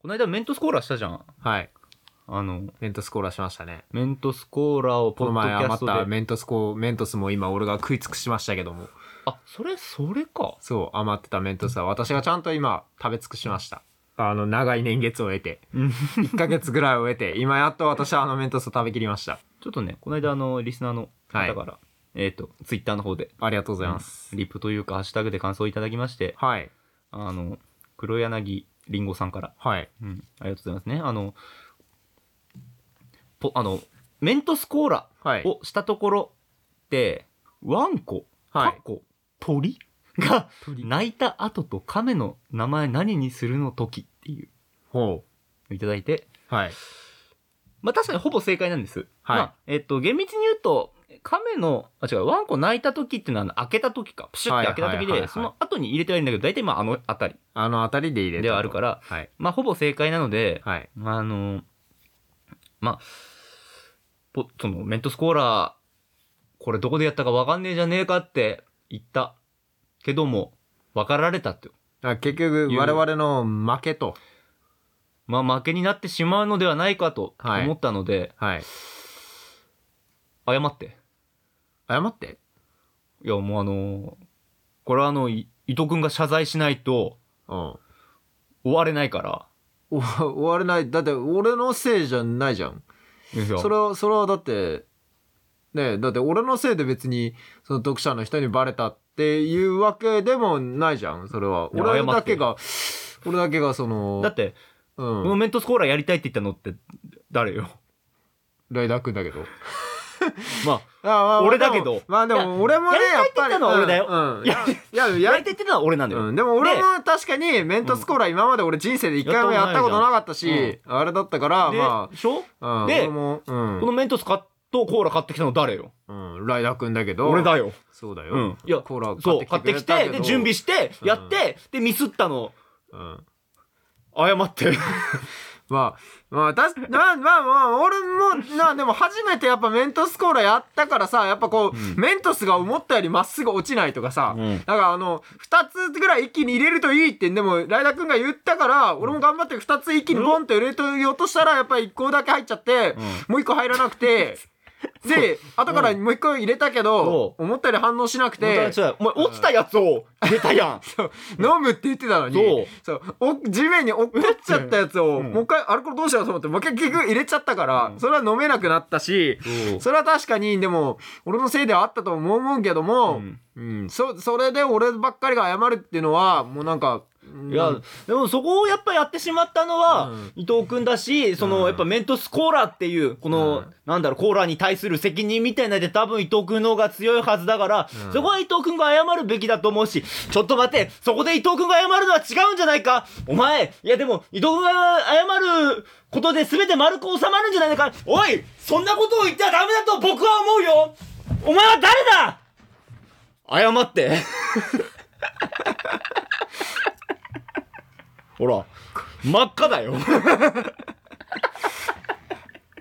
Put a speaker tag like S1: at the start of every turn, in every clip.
S1: この間メントスコーラしたじゃん。
S2: はい。
S1: あの、
S2: メントスコーラしましたね。
S1: メントスコーラをポ
S2: こ
S1: ッ
S2: の
S1: ドキ
S2: 前
S1: ャ
S2: 余
S1: スト
S2: っ
S1: で。
S2: たメントスコ、メントスも今俺が食い尽くしましたけども。
S1: あ、それ、それか。
S2: そう、余ってたメントスは私がちゃんと今食べ尽くしました。あの、長い年月を得て、
S1: ち
S2: 1ヶ月ぐらいを得て、今やっと私はあのメントスを食べきりました。
S1: ょっとね、この間あの、リスナーの方から、えっ、と、ツイッターの方で、
S2: ありがとうございます。
S1: リプというか、ハッシュタグで感想をいただきまして、
S2: はい。
S1: あの、黒柳りんごさんから、
S2: はい。
S1: うん、ありがとうございますね。あの、ぽ、あの、メントスコーラ
S2: はい。
S1: をしたところって、ワンコ、
S2: は
S1: タ
S2: い。
S1: コ、鳥が、
S2: 鳥
S1: 泣いた後と亀の名前何にするの時っていう、
S2: ほ
S1: いただいて、
S2: う。はい。
S1: まあ確かにほぼ正解なんです。
S2: はい
S1: まあ、えっと、厳密に言うと、亀の、あ、違う、ワンコ泣いた時っていうのはあの、開けた時か、プシュって開けた
S2: はい
S1: 時
S2: はいはいは
S1: で、
S2: い
S1: その後に入れてはいるんだけど、大体まああのあたり
S2: あの辺りで入れたと
S1: ではあるか。ら、
S2: はい。
S1: まあほぼ正解なので、
S2: はい。
S1: あの、まあ、ポその、メントスコーラ、これどこでやったかわかんねえじゃねえかって言った。けども、分かられたって。
S2: だから結局、
S1: いう
S2: 我々の負けと。
S1: まあ負けになってしまうのではないかと
S2: はい
S1: 思ったので、
S2: はい。
S1: 謝って。
S2: 謝って。
S1: いや、もうあのーこれはあの、い伊藤くんが謝罪しないと
S2: うん。
S1: 終われないから。
S2: お終われない。だって、俺のせいじゃないじゃん。そ
S1: そ
S2: れは、それはだって、ねえだって俺のせいで別に、その読者の人にバレたっていうわけでもないじゃん、それは。
S1: いや
S2: 俺
S1: 謝
S2: だ
S1: って
S2: けが、俺だけがその、
S1: だって、
S2: う
S1: この
S2: ん、
S1: メントスコーラやりたいって言ったのって誰よ。
S2: ライダーくんだけど。
S1: ま
S2: あまあ
S1: 俺だけど
S2: でもまあで
S1: いや
S2: も俺もね、
S1: や
S2: やっ
S1: りたい
S2: ぱ
S1: って言った
S2: り。
S1: のは俺だよ
S2: うんうん
S1: いや
S2: いや、
S1: あ、や
S2: や
S1: りたいって言ったのは俺なんだよ。
S2: うん、でも俺も確かにメントスコーラ今まで俺人生で一回もやったことなかったし、あれだったから、
S1: で、
S2: ま
S1: でしょ
S2: あ、うん、
S1: で
S2: 俺も、うん
S1: このメントスカとコーラ買ってきたの誰よ。
S2: うん、ライダーくんだけど、
S1: 俺だよ。
S2: そうだよ。
S1: うん。いや、
S2: コーラ買っ
S1: そう、
S2: て
S1: 買っ
S2: きて
S1: て
S2: く
S1: き
S2: れたけ
S1: て、
S2: ど
S1: で、準備して、
S2: うん
S1: やって、で、ミスったの。
S2: うん
S1: 謝って。
S2: まあ、まあ、たし、まあ、まあ、まあ、俺も、な、でも初めてやっぱメントスコーラやったからさ、やっぱこう、
S1: うん
S2: メントスが思ったよりまっすぐ落ちないとかさ、
S1: うん
S2: だからあの、二つぐらい一気に入れるといいって、でも、ライダーくんが言ったから、俺も頑張って二つ一気にボンと入れとようとしたら、やっぱり一個だけ入っちゃって、もう一個入らなくて、で、後からもう一個入れたけど
S1: そ、
S2: 思ったより反応しなく
S1: ま
S2: て
S1: た、違うお前、落ちたやつを入れた やん。
S2: 飲むって言ってたのに、
S1: そう
S2: そうお地面に落っこっちゃったやつを、
S1: うん
S2: もう一回、あれこれどうしようと思って、もう一回結局入れちゃったから、
S1: うん
S2: それは飲めなくなったし、それは確かに、でも、俺のせいではあったとも思うけど
S1: う
S2: も、
S1: ん
S2: うん、そ、それで俺ばっかりが謝るっていうのは、もうなんか、うん
S1: いや、でもそこをやっぱやってしまったのは、
S2: うん
S1: 伊藤君だし、その、
S2: うん
S1: やっぱメントスコーラっていう、この、
S2: うん
S1: なんだろう、コーラに対する責任みたいなので多分伊藤君の方が強いはずだから、
S2: うん
S1: そこは伊藤君が謝るべきだと思うし、ちょっと待って、そこで伊藤君が謝るのは違うんじゃないかお前、いやでも、伊藤君が謝ることで全て丸く収まるんじゃないのかおいそんなことを言ってはダメだと僕は思うよお前は誰だ謝って。 ほら、真っ赤だよ。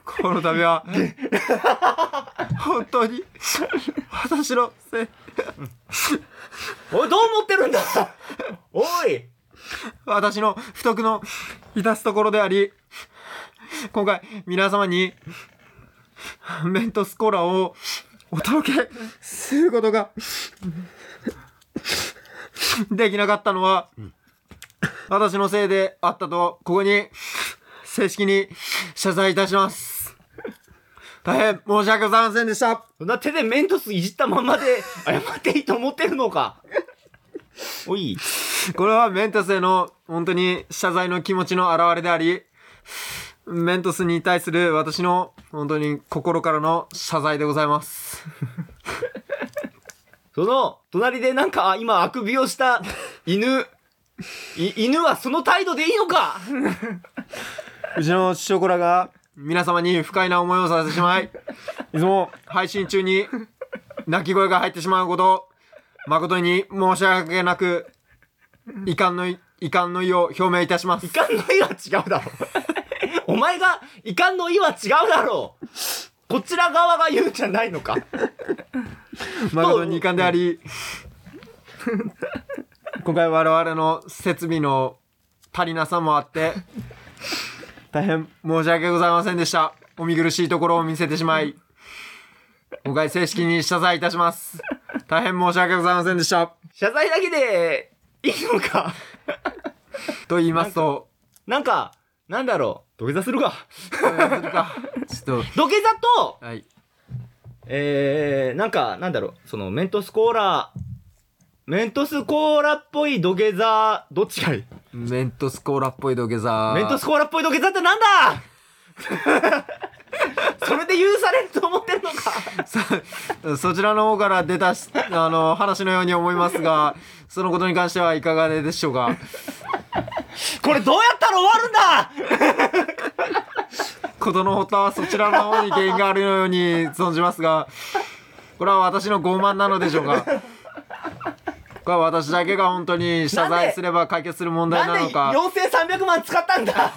S2: この度は、 本当に、私のせい、
S1: おい、どう思ってるんだ おい
S2: 私の不徳の致すところであり、今回皆様にメントスコーラをお届けすることができなかったのは、私のせいであったと、ここに正式に謝罪いたします。大変申し訳ございませんでした。
S1: そんな手でメントスいじったままで謝っていいと思ってるのかおい。
S2: これはメントスへの本当に謝罪の気持ちの表れであり、メントスに対する私の本当に心からの謝罪でございます。
S1: その、隣でなんか、あ今、あくびをした犬。い犬はその態度でいいのか
S2: うちの師匠子らが皆様に不快な思いをさせてしまい、いつも配信中に泣き声が入ってしまうこと、誠に申し訳なく、遺憾の意、遺憾の意を表明いたします
S1: 遺。憾の意は違うだろ。お前が遺憾の意は違うだろ。こちら側が言うんじゃないのか
S2: 誠に遺憾であり、今回我々の設備の足りなさもあって、大変申し訳ございませんでした。お見苦しいところを見せてしまい、今回正式に謝罪いたします。大変申し訳ございませんでした。
S1: 謝罪だけで、いいのか。
S2: と言いますと、
S1: なんか、なんだろう。土下座するか。
S2: どうするか。ちょっ
S1: 土下座と、
S2: と、はい。
S1: えー、なんか、なんだろう。その、メントスコーラ、メントスコーラっぽい土下座、どっちがいい
S2: メントスコーラっぽい土下座。
S1: メントスコーラっぽい土下座ってなんだ それで許されると思ってるのか。
S2: そそちらの方から出たしあの話のように思いますがそのことに関してはいかがでしょうか
S1: これどうやったら終わるんだ
S2: 事の発端はそちらの方に原因があるように存じますがこれは私の傲慢なのでしょうかこれは私だけが本当に謝罪すれば解決する問題
S1: な
S2: な
S1: ん
S2: の
S1: で
S2: か
S1: 4300万使ったん だ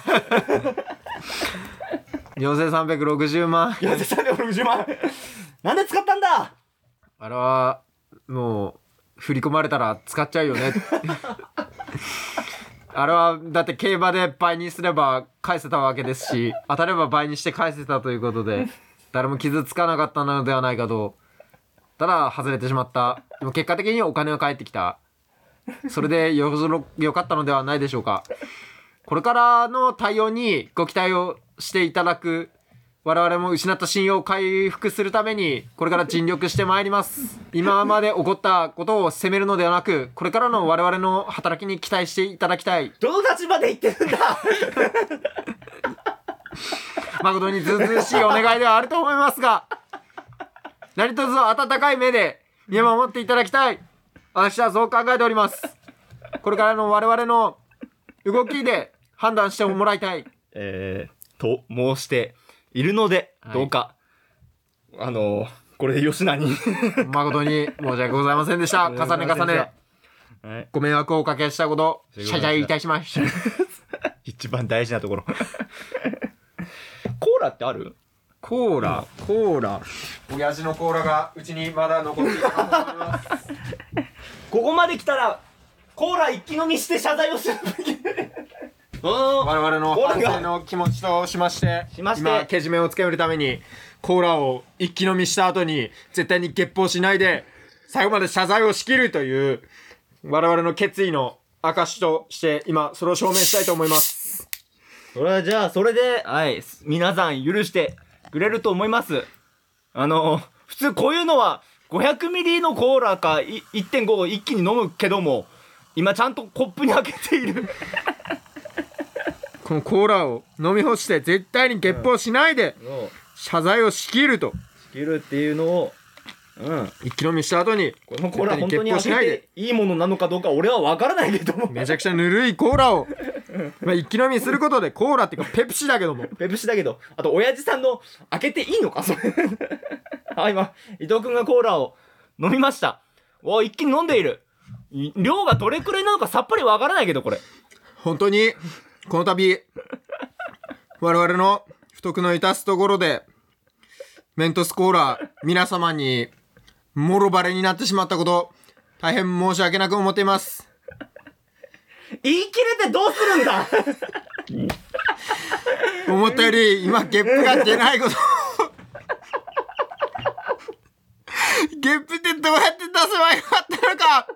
S2: 4360万
S1: ?4360 万なんで使ったんだ
S2: あれはもう振り込まれたら使っちゃうよね あれはだって競馬で倍にすれば返せたわけですし当たれば倍にして返せたということで誰も傷つかなかったのではないかとただ外れてしまったでも結果的にお金は返ってきたそれでよろよかったのではないでしょうかこれからの対応にご期待をしていただく我々も失った信用を回復するためにこれから尽力してまいります今まで起こったことを責めるのではなくこれからの我々の働きに期待していただきたい
S1: どの立場で言ってるんだ
S2: 誠にずうずうしいお願いではあると思いますが何卒温かい目で見守っていただきたい私はそう考えておりますこれからの我々の動きで判断してもらいたい
S1: えー、と申しているので、
S2: はい
S1: どうか、あのー、これで吉菜に。
S2: 誠に申し訳ございませんで した重ね重ね
S1: はい。
S2: ご迷惑をおかけしたこと謝罪いたしました
S1: 一番大事なと ころ。コーラってある
S2: コーラ、コーラ。親父のコーラがうちにまだ残っていると思い ます。
S1: ここまで来たら、コーラ一気飲みして謝罪をするべき。うん。
S2: 我々の
S1: コーラ
S2: 反
S1: が
S2: 省の気持ちとしまして、
S1: しまして
S2: 今、けじめをつけるために、コーラを一気飲みした後に、絶対に月報しないで、最後まで謝罪をしきるという、我々の決意の証として、今、それを証明したいと思います。
S1: それはじゃあ、それで、はい、す皆さん許してくれると思います。あの、普通こういうのは、500ミリのコーラかい1.5を一気に飲むけども、今ちゃんとコップに開けている。
S2: このコーラを飲み干して、絶対に月報しないで、謝罪をしきると。
S1: 切るっていうのを、うん。
S2: 一気飲みした後に、
S1: このコーラ本
S2: 絶
S1: 当
S2: 対
S1: に
S2: 月報
S1: 開
S2: しない
S1: け
S2: で
S1: て。いいものなのかどうか俺は分からないけども。
S2: めちゃくちゃぬるいコーラを、まあ、一気飲みすることでコーラっていうかペプシだけども
S1: ペプシだけど、あと親父さんの開けていいのかそれ。 あ、今、伊藤くんがコーラを飲みました。お一気に飲んでいる。い量がどれくらいなのかさっぱりわからないけど、これ。
S2: 本当にこの度我々の不徳の致すところでメントスコーラ皆様にもろバレになってしまったこと大変申し訳なく思っています
S1: 言い切れてどうするんだ
S2: 思ったより今ゲップが出ないことゲップってどうやって出せばよかったのか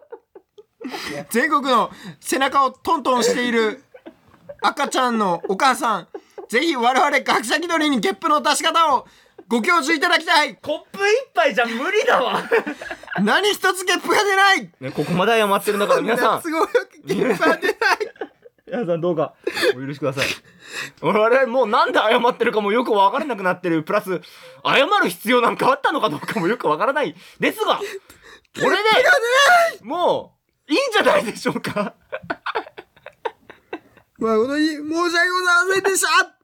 S2: 全国の背中をトントンしている赤ちゃんのお母さんぜひ我々学者気取りにゲップの出し方をご教授いただきたい
S1: コップ一杯じゃ無理だわ。
S2: 何一つゲップが出ない
S1: ね、ここまで謝ってるんだから皆さん
S2: す、ごいゲップが 出ない
S1: 皆さんどうかお許しください。我々もうなんで謝ってるかもよくわからなくなってる。プラス、謝る必要なんかあったのかどうかもよくわからない。ですが、これで、もう、いいんじゃないでしょうか。
S2: 誠に申し訳ございませんでした